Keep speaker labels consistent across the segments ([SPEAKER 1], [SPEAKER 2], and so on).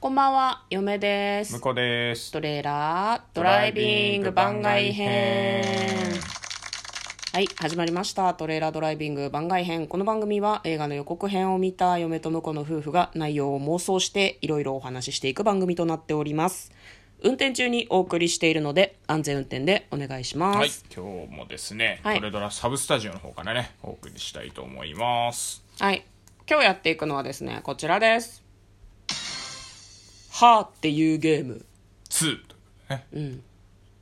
[SPEAKER 1] こんばんは、嫁です
[SPEAKER 2] 向。こうです
[SPEAKER 1] トレーラードライビング番外編。はい、始まりました。トレーラードライビング番外編。この番組は映画の予告編を見た嫁と婿の夫婦が内容を妄想していろいろお話ししていく番組となっております。運転中にお送りしているので安全運転でお願いします。
[SPEAKER 2] はい今日もですね、
[SPEAKER 1] はい
[SPEAKER 2] トレドラサブスタジオの方からねお送りしたいと思います
[SPEAKER 1] はい。今日やっていくのはですね、こちらです。はーっていうゲーム。
[SPEAKER 2] 2ね、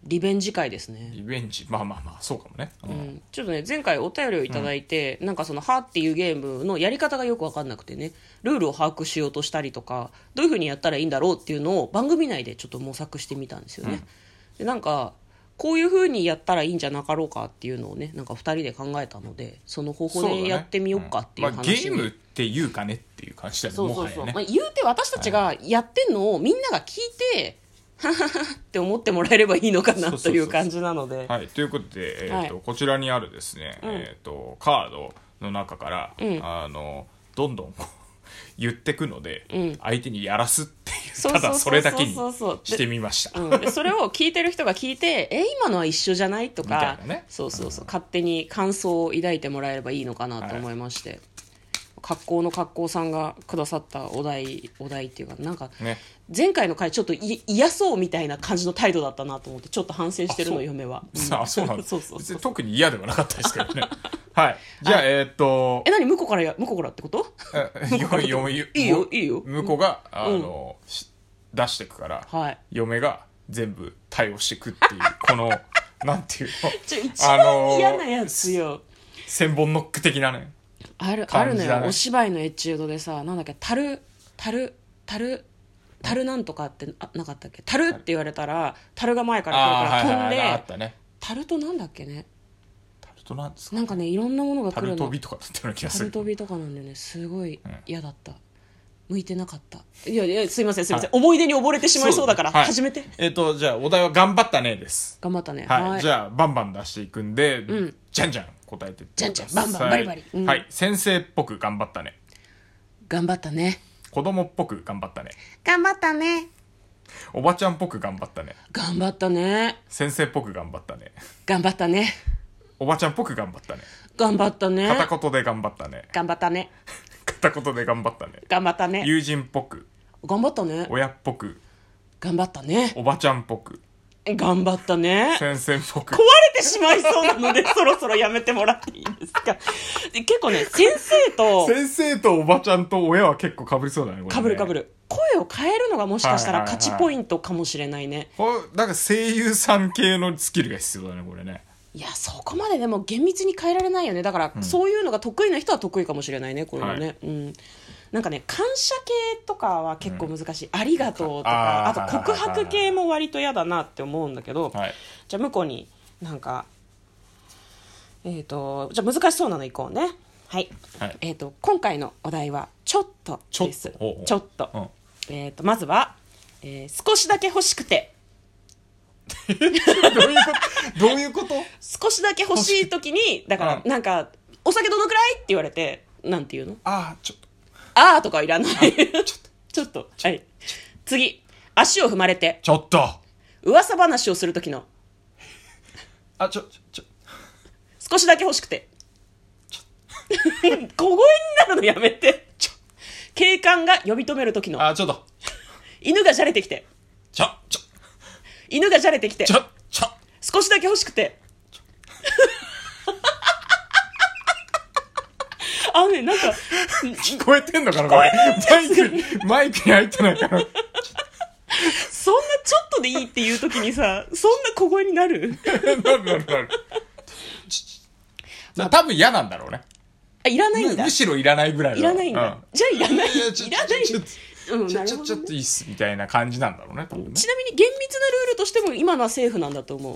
[SPEAKER 1] リベンジ会ですね。
[SPEAKER 2] リベンジまあまあまあそうかもね、うん
[SPEAKER 1] うんちょっとね、前回お便りをいただいて、なんかその、はっていうゲームのやり方がよくわかんなくてね、ルールを把握しようとしたりとか、どういうふうにやったらいいんだろうっていうのを番組内でちょっと模索してみたんですよね。で、なんか、こういうふうにやったらいいんじゃなかろうかっていうのをね、なんか二人で考えたので、その方
[SPEAKER 2] そ
[SPEAKER 1] 法
[SPEAKER 2] うだね
[SPEAKER 1] でやってみようかっていうん
[SPEAKER 2] まあ、
[SPEAKER 1] 話
[SPEAKER 2] ゲ
[SPEAKER 1] に
[SPEAKER 2] ームっていうかねっていう感じだよね
[SPEAKER 1] そうそうそう、
[SPEAKER 2] もはや
[SPEAKER 1] まあ、
[SPEAKER 2] ね
[SPEAKER 1] 言うて私たちがやってんのをみんなが聞いて、ははははって思ってもらえればいいのかな
[SPEAKER 2] そう
[SPEAKER 1] と
[SPEAKER 2] そうそう
[SPEAKER 1] い
[SPEAKER 2] そう
[SPEAKER 1] う感じなので。
[SPEAKER 2] はいということで、えーと
[SPEAKER 1] は
[SPEAKER 2] こちらにあるですね、えー、とカードの中から、あのどんどんこう言ってくので、相手にやらすっていう
[SPEAKER 1] そう
[SPEAKER 2] た
[SPEAKER 1] そうそうそう
[SPEAKER 2] だそれだけに
[SPEAKER 1] そうそうそう
[SPEAKER 2] してみました、
[SPEAKER 1] うん、でそれを聞いてる人が聞いて「 え今のは一緒じゃない?」とか
[SPEAKER 2] みたいなね
[SPEAKER 1] そうそうそう勝手に感想を抱いてもらえればいいのかなと思いまして、格好の格好さんがくださったお題お題っていうかなんか
[SPEAKER 2] ね
[SPEAKER 1] 前回の回ちょっとい嫌そうみたいな感じの態度だったなと思ってちょっと反省してる
[SPEAKER 2] あそ
[SPEAKER 1] の
[SPEAKER 2] う
[SPEAKER 1] 嫁は
[SPEAKER 2] さ あそうなんです
[SPEAKER 1] そうそう
[SPEAKER 2] 別
[SPEAKER 1] そう
[SPEAKER 2] に特に嫌ではなかったですけどね はいじゃあ、えーっと
[SPEAKER 1] え何向こうからや向こうからってこと
[SPEAKER 2] えよよよ
[SPEAKER 1] いいよいいよ
[SPEAKER 2] 向こうがあの、し出してくから、
[SPEAKER 1] はい
[SPEAKER 2] 嫁が全部対応してくっていう このなんていうの
[SPEAKER 1] ちょ一
[SPEAKER 2] あの
[SPEAKER 1] 番
[SPEAKER 2] ー
[SPEAKER 1] 嫌なやつよ、
[SPEAKER 2] 千本ノック的なね
[SPEAKER 1] あるあ
[SPEAKER 2] 感
[SPEAKER 1] る
[SPEAKER 2] じ
[SPEAKER 1] の
[SPEAKER 2] だね
[SPEAKER 1] よお芝居のエチュードでさなんだっけ「たるたるたるたるなんとか」ってあなかったっけ「たる」って言われたら「たる」が前から来るから飛ん
[SPEAKER 2] あーあっ
[SPEAKER 1] で
[SPEAKER 2] たね
[SPEAKER 1] 「たる」となんだっけね
[SPEAKER 2] タルトなんですか
[SPEAKER 1] なんかねいろんなものが
[SPEAKER 2] タ
[SPEAKER 1] 来る
[SPEAKER 2] ルト
[SPEAKER 1] の
[SPEAKER 2] ビとかだったような気がす
[SPEAKER 1] タ
[SPEAKER 2] る
[SPEAKER 1] ルトビとかなんだよねすごい嫌だった、向いてなかったいやいやすいませんすいません、思い出に溺れてしまいそうだから、
[SPEAKER 2] はい
[SPEAKER 1] 始めて
[SPEAKER 2] えっ、とじゃあお題は「頑張ったね」です
[SPEAKER 1] 頑張ったね
[SPEAKER 2] はい、じ
[SPEAKER 1] ゃ
[SPEAKER 2] ゃあバンバン出していくんで、
[SPEAKER 1] ん
[SPEAKER 2] じゃんじゃん答えてってください
[SPEAKER 1] じゃんじゃんバンバンバリバリうん
[SPEAKER 2] はい先生っぽく頑張ったね
[SPEAKER 1] 頑張ったね
[SPEAKER 2] 子供っぽく頑張ったね
[SPEAKER 1] 頑張ったね
[SPEAKER 2] おばちゃんっぽく頑張ったね
[SPEAKER 1] 頑張ったね
[SPEAKER 2] 先生っぽく頑張ったね
[SPEAKER 1] 頑張ったね
[SPEAKER 2] おばちゃんっぽく頑張ったね
[SPEAKER 1] 頑張ったね
[SPEAKER 2] 片言で頑張ったね
[SPEAKER 1] 頑張ったね
[SPEAKER 2] 片言で頑張ったね
[SPEAKER 1] 頑張ったね
[SPEAKER 2] 友人っぽく
[SPEAKER 1] 頑張ったね
[SPEAKER 2] 親っぽく
[SPEAKER 1] 頑張ったね
[SPEAKER 2] おばちゃんっぽく
[SPEAKER 1] 頑張ったね
[SPEAKER 2] 先生っぽく
[SPEAKER 1] 壊れてしまいそうなので そろそろやめてもらっていいですかで結構ね先生と
[SPEAKER 2] 先生とおばちゃんと親は結構かぶりそうだねこれね
[SPEAKER 1] かぶるかぶる声を変えるのがもしかしたら
[SPEAKER 2] はいはいはい
[SPEAKER 1] 勝ちポイントかもしれないね
[SPEAKER 2] こうなんか声優さん系のスキルが必要だねこれね
[SPEAKER 1] いやそこまででも厳密に変えられないよねだから、そういうのが得意な人は得意かもしれないねこれはね、
[SPEAKER 2] はい
[SPEAKER 1] うんなんかね感謝系とかは結構難しい、ありがとうとか
[SPEAKER 2] あ
[SPEAKER 1] あ
[SPEAKER 2] ー
[SPEAKER 1] と告白系も割と嫌だなって思うんだけど、
[SPEAKER 2] はい
[SPEAKER 1] じゃあ向こうになんかえっ、とじゃあ難しそうなのいこうねはい、
[SPEAKER 2] はい
[SPEAKER 1] えっ、と今回のお題は「ちょっと」です
[SPEAKER 2] ちょっとおうおう
[SPEAKER 1] ちょっと,、
[SPEAKER 2] うん
[SPEAKER 1] えっ、とまずは、えー少しだけ欲しくて」
[SPEAKER 2] どういうことどういうこと
[SPEAKER 1] 少しだけ欲しい時にだから
[SPEAKER 2] うん
[SPEAKER 1] なんか「お酒どのくらい?」って言われてなんて言うの
[SPEAKER 2] ああちょっと
[SPEAKER 1] 「あー」とかはいらない ちょっとはい次足を踏まれて
[SPEAKER 2] ちょっと
[SPEAKER 1] 噂話をする時の
[SPEAKER 2] あちょちょちょ
[SPEAKER 1] 少しだけ欲しくて。小声になるのやめて。警官が呼び止める時の。
[SPEAKER 2] あーちょっと
[SPEAKER 1] 犬がじゃれてきて。
[SPEAKER 2] ちょちょ
[SPEAKER 1] 犬がじゃれてきて
[SPEAKER 2] ち。ょちょ
[SPEAKER 1] 少しだけ欲しくて。あのね、なんか、
[SPEAKER 2] 聞こえてんのかなこれマイクマイクに入ってないかな
[SPEAKER 1] そんなちょっとでいいっていう時にさ、そんな小声になる
[SPEAKER 2] なるなるなる。な多分嫌なんだろうね。
[SPEAKER 1] あ、いらないん
[SPEAKER 2] む
[SPEAKER 1] だ
[SPEAKER 2] む。しろいらないぐらいだ
[SPEAKER 1] いらないんだ。じゃあいらない。
[SPEAKER 2] いやちょ
[SPEAKER 1] いらない。
[SPEAKER 2] ちょ
[SPEAKER 1] うん、
[SPEAKER 2] うんち
[SPEAKER 1] な
[SPEAKER 2] ょち
[SPEAKER 1] る
[SPEAKER 2] ょ
[SPEAKER 1] ほど
[SPEAKER 2] ちょっ
[SPEAKER 1] ね。
[SPEAKER 2] といいっすみたいな感じなんだろうね多分ね
[SPEAKER 1] ちなみに厳密なルールとしても今のはセーフなんだと思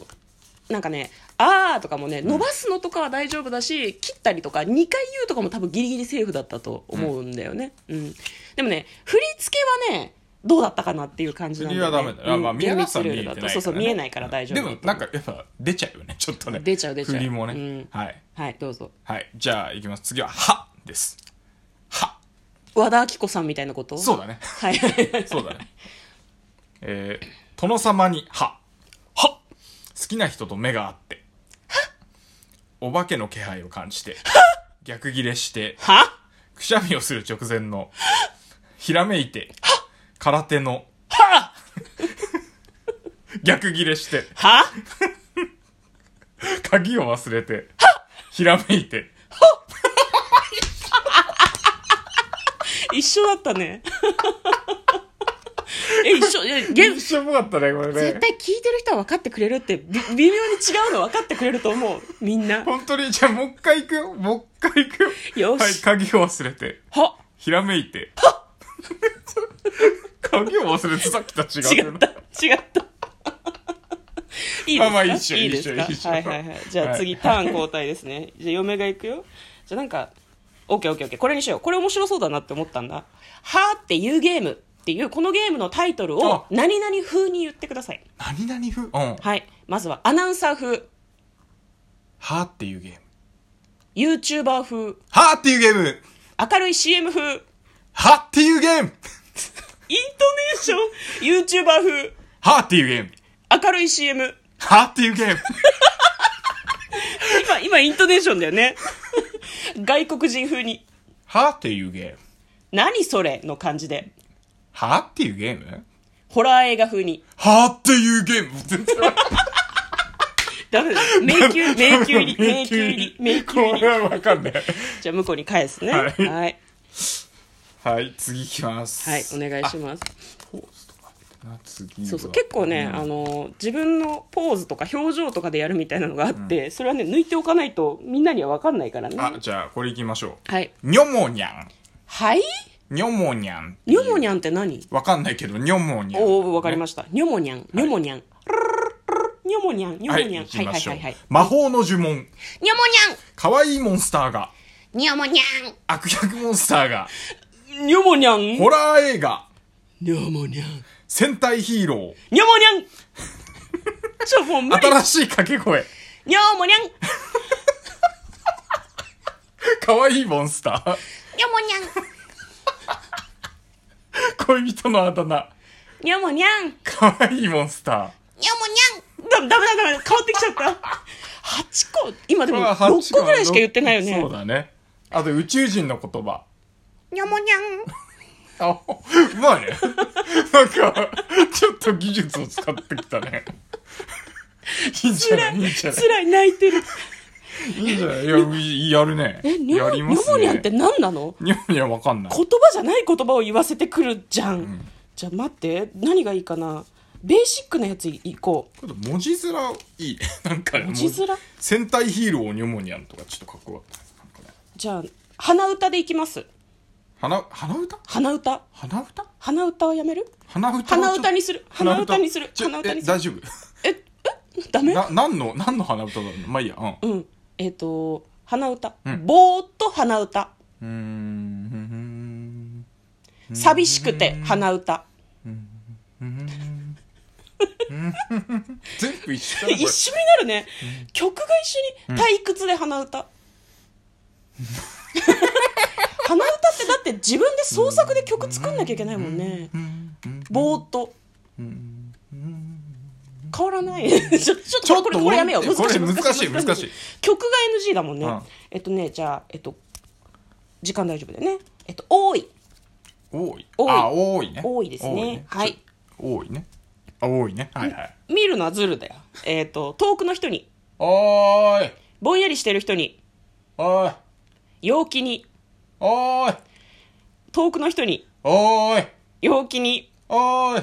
[SPEAKER 1] うなんかね「あー」とかもね伸ばすのとかは大丈夫だし切ったりとか2回言うとかも多分ギリギリセーフだったと思うんだよね、うんでもね振り付けはねどうだったかなっていう感じなんだ
[SPEAKER 2] い
[SPEAKER 1] よ、
[SPEAKER 2] や
[SPEAKER 1] ね、
[SPEAKER 2] ダメだよ。あまあ
[SPEAKER 1] うん
[SPEAKER 2] 見え
[SPEAKER 1] 厳
[SPEAKER 2] なさ
[SPEAKER 1] 密ルー
[SPEAKER 2] 見え
[SPEAKER 1] ルだ
[SPEAKER 2] てないか
[SPEAKER 1] と、
[SPEAKER 2] らね。
[SPEAKER 1] そうそう見えないから大丈夫だ
[SPEAKER 2] で
[SPEAKER 1] と
[SPEAKER 2] も
[SPEAKER 1] 思う
[SPEAKER 2] なんかやっぱ出ちゃうよねちょっとね。
[SPEAKER 1] 出ちゃう出ちゃう
[SPEAKER 2] 振りもね。
[SPEAKER 1] うん
[SPEAKER 2] はい
[SPEAKER 1] はいどうぞ
[SPEAKER 2] はいじゃあいきます次ははです。は
[SPEAKER 1] 和田アキ子さんみたいなこと
[SPEAKER 2] そうだね
[SPEAKER 1] はい
[SPEAKER 2] そうだねえー、殿様に歯
[SPEAKER 1] は
[SPEAKER 2] 好きな人と目が合ってお化けの気配を感じて逆ギレして
[SPEAKER 1] は
[SPEAKER 2] くしゃみをする直前のひらめいて空手の
[SPEAKER 1] は
[SPEAKER 2] 逆ギレして
[SPEAKER 1] は
[SPEAKER 2] 鍵を忘れてひらめいて
[SPEAKER 1] 一緒だったね え一緒いやげ
[SPEAKER 2] 一緒っぽかったねこれ
[SPEAKER 1] 絶
[SPEAKER 2] ね
[SPEAKER 1] 対聞いてる人は分かってくれるってび微妙に違うの分かってくれると思うみ んな
[SPEAKER 2] 本当にじゃあもう一回行くよもう一回行くよ
[SPEAKER 1] よし
[SPEAKER 2] はい鍵を忘れて
[SPEAKER 1] は
[SPEAKER 2] ひらめいて鍵を忘れてさっきと違
[SPEAKER 1] 違
[SPEAKER 2] う
[SPEAKER 1] った違ったいいですか
[SPEAKER 2] まあまあ一緒
[SPEAKER 1] いいですか
[SPEAKER 2] 一緒一緒
[SPEAKER 1] はいはいはいじゃあ次、
[SPEAKER 2] はい
[SPEAKER 1] ターン交代ですねじゃあ嫁が行くよじゃあなんか OKOKOK これにしようこれ面白そうだなって思ったんだ「は」っていうゲームっていうこのゲームのタイトルを
[SPEAKER 2] あ
[SPEAKER 1] 何々風に言ってください
[SPEAKER 2] 何々風うん
[SPEAKER 1] はいまずはアナウンサー風
[SPEAKER 2] はーっていうゲーム
[SPEAKER 1] YouTuber 風
[SPEAKER 2] はーっていうゲーム
[SPEAKER 1] 明るい CM 風イント
[SPEAKER 2] はーっていうゲーム
[SPEAKER 1] ネーション YouTuber 風
[SPEAKER 2] はーっていうゲーム
[SPEAKER 1] 明るい CM
[SPEAKER 2] はーっていうゲーム
[SPEAKER 1] 今今イントネーションだよね外国人風に
[SPEAKER 2] はーっていうゲーム
[SPEAKER 1] 「何それ」の感じで
[SPEAKER 2] はーっていうゲーム
[SPEAKER 1] ホラー映画風に
[SPEAKER 2] はーっていうゲーム全然わかんない
[SPEAKER 1] ダメだ迷宮迷宮入り迷宮入り迷宮入
[SPEAKER 2] これ
[SPEAKER 1] り
[SPEAKER 2] はわかんない。
[SPEAKER 1] じゃあ向こうに返すねは
[SPEAKER 2] はいい
[SPEAKER 1] はい、
[SPEAKER 2] はい、次行きます。
[SPEAKER 1] お願いします
[SPEAKER 2] あ次は
[SPEAKER 1] そうそう結構ね、あの自分のポーズとか表情とかでやるみたいなのがあって、それはね抜いておかないとみんなには分かんないからね
[SPEAKER 2] あ、じゃあこれ行きましょ
[SPEAKER 1] はい、
[SPEAKER 2] う。にょもにゃん。
[SPEAKER 1] はい
[SPEAKER 2] にょもにゃん。
[SPEAKER 1] ニョモニャンって何
[SPEAKER 2] わかんないけど、にょもにゃん。
[SPEAKER 1] おおわかりましたニョモニャンニョモニャンニョモニャンニョモ
[SPEAKER 2] はい、
[SPEAKER 1] ニャン
[SPEAKER 2] 行きましょう
[SPEAKER 1] はいはいはい。
[SPEAKER 2] 魔法の呪文。
[SPEAKER 1] ニョモニャン
[SPEAKER 2] かわいいモンスターが。
[SPEAKER 1] ニョモニャン
[SPEAKER 2] 悪役モンスターが。
[SPEAKER 1] ニョモニャン
[SPEAKER 2] ホラー映画。
[SPEAKER 1] ニョモニャン
[SPEAKER 2] 戦隊ヒーロ
[SPEAKER 1] ニョモニャンちょ、もう無
[SPEAKER 2] ー。
[SPEAKER 1] 理
[SPEAKER 2] 新しい掛け声。
[SPEAKER 1] ニョモニャンニ
[SPEAKER 2] かわいいモンスター。
[SPEAKER 1] ョモニャン
[SPEAKER 2] 恋人のあだ名。
[SPEAKER 1] ニョモニャンニ
[SPEAKER 2] かわいいモンスタ
[SPEAKER 1] ョモニャンダメダメダメダメ変わってきちゃった8個今で
[SPEAKER 2] ー。
[SPEAKER 1] も
[SPEAKER 2] まあ八
[SPEAKER 1] 6個ぐらいしか言ってないよ
[SPEAKER 2] そう
[SPEAKER 1] ね
[SPEAKER 2] だね。あと宇宙人の言葉。
[SPEAKER 1] ニョモニャン
[SPEAKER 2] あ、うまいね。 なんか、ちょっと技術を使ってきたね。いいんじゃないいいんじゃない
[SPEAKER 1] 辛い泣いてる
[SPEAKER 2] いいんじゃないいやいい、やるね。
[SPEAKER 1] えニョ
[SPEAKER 2] や
[SPEAKER 1] モ
[SPEAKER 2] り
[SPEAKER 1] ニ
[SPEAKER 2] ますね。
[SPEAKER 1] ャンって何なの
[SPEAKER 2] ニョモニャンわかんない。
[SPEAKER 1] 言葉じゃない言葉を言わせてくるじゃん、じゃあ待って何がいいかなベーシックなやついこう
[SPEAKER 2] ちょっと文字面い いね。なんかね、
[SPEAKER 1] 文字面
[SPEAKER 2] もう戦隊ヒーローニョモニャンとかちょっとかっこよかった。なんかね
[SPEAKER 1] じゃあ鼻歌でいきます
[SPEAKER 2] 鼻、鼻歌
[SPEAKER 1] 鼻歌
[SPEAKER 2] 鼻歌
[SPEAKER 1] 鼻歌はやめる
[SPEAKER 2] 鼻歌をちょ
[SPEAKER 1] 鼻歌にする鼻歌にする
[SPEAKER 2] ちょ
[SPEAKER 1] 鼻歌にする
[SPEAKER 2] え大丈夫
[SPEAKER 1] ええダメ
[SPEAKER 2] な、何の、何の鼻歌だろうまあいいや。うん。
[SPEAKER 1] うんえっ、と鼻歌、
[SPEAKER 2] ん
[SPEAKER 1] ぼーっと鼻歌
[SPEAKER 2] うーん。
[SPEAKER 1] 寂しくて鼻歌
[SPEAKER 2] 全部一緒だなこ
[SPEAKER 1] 一
[SPEAKER 2] れ
[SPEAKER 1] 緒になるね、曲が一緒に退屈で鼻歌、 鼻歌ってだって自分で創作で曲作んなきゃいけないもんね、ぼーっと、変わらない ちょちょっと
[SPEAKER 2] ちょっ
[SPEAKER 1] こ
[SPEAKER 2] と
[SPEAKER 1] れこれやめよう
[SPEAKER 2] 音
[SPEAKER 1] 難しい
[SPEAKER 2] これ難しい難しい
[SPEAKER 1] 曲が NG だもんね、
[SPEAKER 2] うん
[SPEAKER 1] えっとねじゃあえっと時間大丈夫だよねえっと多い
[SPEAKER 2] 多い。
[SPEAKER 1] 多い
[SPEAKER 2] あ、多いね。
[SPEAKER 1] 多いですね
[SPEAKER 2] 多
[SPEAKER 1] はい。
[SPEAKER 2] ちょ多いね。あ、多いね。はいはい。
[SPEAKER 1] 見るのはズルだよえっと遠くの人に
[SPEAKER 2] おーい。
[SPEAKER 1] ぼんやりしてる人に
[SPEAKER 2] おーい。
[SPEAKER 1] 陽気に
[SPEAKER 2] おーい。
[SPEAKER 1] 遠くの人に
[SPEAKER 2] おーい。
[SPEAKER 1] 陽気に
[SPEAKER 2] おーい。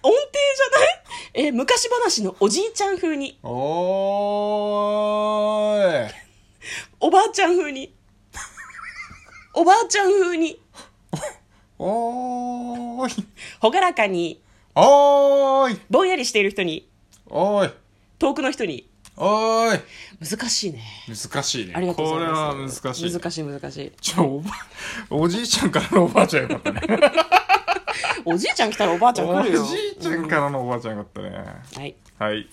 [SPEAKER 1] 音程じゃない えー昔話のおじいちゃん風に
[SPEAKER 2] おーい。
[SPEAKER 1] おばあちゃん風におばあちゃん風に
[SPEAKER 2] おーい。
[SPEAKER 1] 朗らかに
[SPEAKER 2] おーい。
[SPEAKER 1] ぼんやりしている人に
[SPEAKER 2] おーい。
[SPEAKER 1] 遠くの人に
[SPEAKER 2] おーい。
[SPEAKER 1] 難しいね
[SPEAKER 2] 難しいね。
[SPEAKER 1] ありがとうございます
[SPEAKER 2] これは難しいね。
[SPEAKER 1] 難しい難しい
[SPEAKER 2] ちょ、おば、おじいちゃんからのおばあちゃんよかったね。
[SPEAKER 1] おじいちゃん来たらおばあちゃん
[SPEAKER 2] お
[SPEAKER 1] 来
[SPEAKER 2] じ
[SPEAKER 1] るよ
[SPEAKER 2] いちゃんからのおばあちゃんよかったね。
[SPEAKER 1] はい
[SPEAKER 2] はい。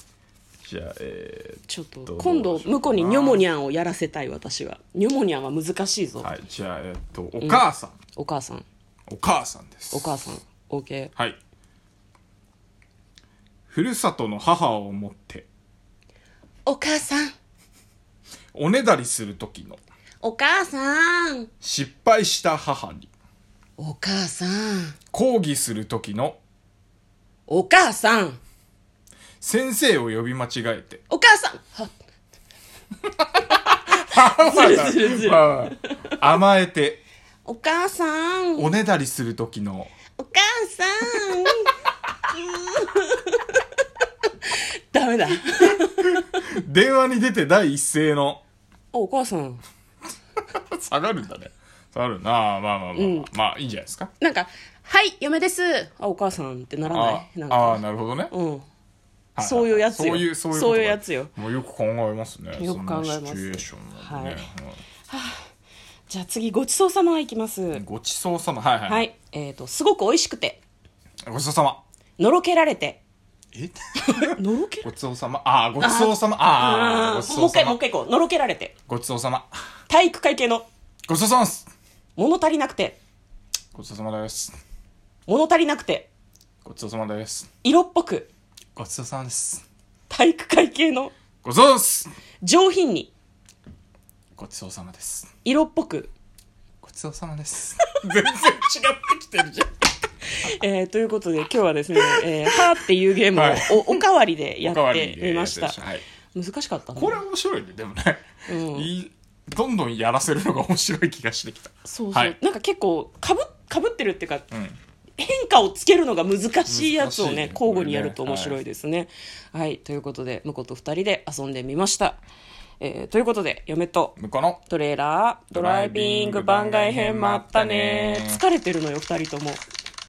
[SPEAKER 2] じゃあえ
[SPEAKER 1] ちょっと
[SPEAKER 2] どう
[SPEAKER 1] 今度
[SPEAKER 2] どうしよう
[SPEAKER 1] 向こうにニョモニャンをやらせたい私はニョモニャンは難しいぞ、
[SPEAKER 2] ーはいじゃあえっとお母さん、
[SPEAKER 1] お母さん
[SPEAKER 2] お母さんです
[SPEAKER 1] お母さん OK
[SPEAKER 2] はいふるさとの母を思って
[SPEAKER 1] お母さん
[SPEAKER 2] おねだりする時の
[SPEAKER 1] お母さん
[SPEAKER 2] 失敗した母に
[SPEAKER 1] お母さん
[SPEAKER 2] 抗議する時の
[SPEAKER 1] お母さん
[SPEAKER 2] 先生を呼び間違えて
[SPEAKER 1] お母 さんはずるずるずる
[SPEAKER 2] はい甘えて
[SPEAKER 1] お母さん
[SPEAKER 2] おねだりする時の
[SPEAKER 1] お母さん ダメだ
[SPEAKER 2] 電話に出て第一声の
[SPEAKER 1] お母さん
[SPEAKER 2] 下がるんだね下がるなあまあまあまあまあ、まあいいんじゃないですか
[SPEAKER 1] なんか「はい嫁です」あ「お母さん」ってならな
[SPEAKER 2] あ
[SPEAKER 1] いなん
[SPEAKER 2] ああ
[SPEAKER 1] か
[SPEAKER 2] なるほどね、
[SPEAKER 1] うんよ
[SPEAKER 2] は
[SPEAKER 1] そういうやつよ
[SPEAKER 2] そういうそういうこと
[SPEAKER 1] そういうやつよ
[SPEAKER 2] もうよく考えますね
[SPEAKER 1] よく考えます
[SPEAKER 2] そんなシチュエーションなんでね、
[SPEAKER 1] じゃあ次ごちそうさまいきます、
[SPEAKER 2] うんごちそうさまはいはい、
[SPEAKER 1] はいえっ、とすごく美味しくて
[SPEAKER 2] ごちそうさま
[SPEAKER 1] のろけられ て
[SPEAKER 2] え
[SPEAKER 1] のろけ
[SPEAKER 2] ごちそうさまああごちそうさまああ
[SPEAKER 1] あ
[SPEAKER 2] ごち
[SPEAKER 1] ー
[SPEAKER 2] そ
[SPEAKER 1] もう
[SPEAKER 2] う
[SPEAKER 1] 一
[SPEAKER 2] さ
[SPEAKER 1] 回もう
[SPEAKER 2] ま
[SPEAKER 1] 一回行こうのろけられて
[SPEAKER 2] ごちそうさま
[SPEAKER 1] 体育会系の
[SPEAKER 2] ごちそうさまっす
[SPEAKER 1] 物足りなくて
[SPEAKER 2] ごちそうさまです
[SPEAKER 1] 物足りなくて
[SPEAKER 2] ごちそうさまです
[SPEAKER 1] 色っぽく
[SPEAKER 2] ごちそうさまです
[SPEAKER 1] 体育会系の
[SPEAKER 2] ごちそうさまです
[SPEAKER 1] 上品に
[SPEAKER 2] ごちそうさまです
[SPEAKER 1] 色っぽく、
[SPEAKER 2] ごちそうさまです 全然違ってきてるじゃん
[SPEAKER 1] えーということで今日はですね「えー、はー」っていうゲームを
[SPEAKER 2] はい
[SPEAKER 1] おおかわりでや
[SPEAKER 2] おかわ
[SPEAKER 1] っ
[SPEAKER 2] り
[SPEAKER 1] て
[SPEAKER 2] に
[SPEAKER 1] みました、
[SPEAKER 2] えー はい
[SPEAKER 1] 難しかったね
[SPEAKER 2] これ面白いねでもね、いいどんどんやらせるのが面白い気がしてきた
[SPEAKER 1] そうそう、
[SPEAKER 2] はい
[SPEAKER 1] なんか結構かぶかぶってるっていうか、
[SPEAKER 2] ん
[SPEAKER 1] 変化をつけるのが難しいやつをね
[SPEAKER 2] 難しいね
[SPEAKER 1] 交互にやると面白いですね。はい、ということで婿と2人で遊んでみました。えーということで嫁と
[SPEAKER 2] 向こうの
[SPEAKER 1] トレーラードライビング番外編まったね疲れてるのよ2人とも。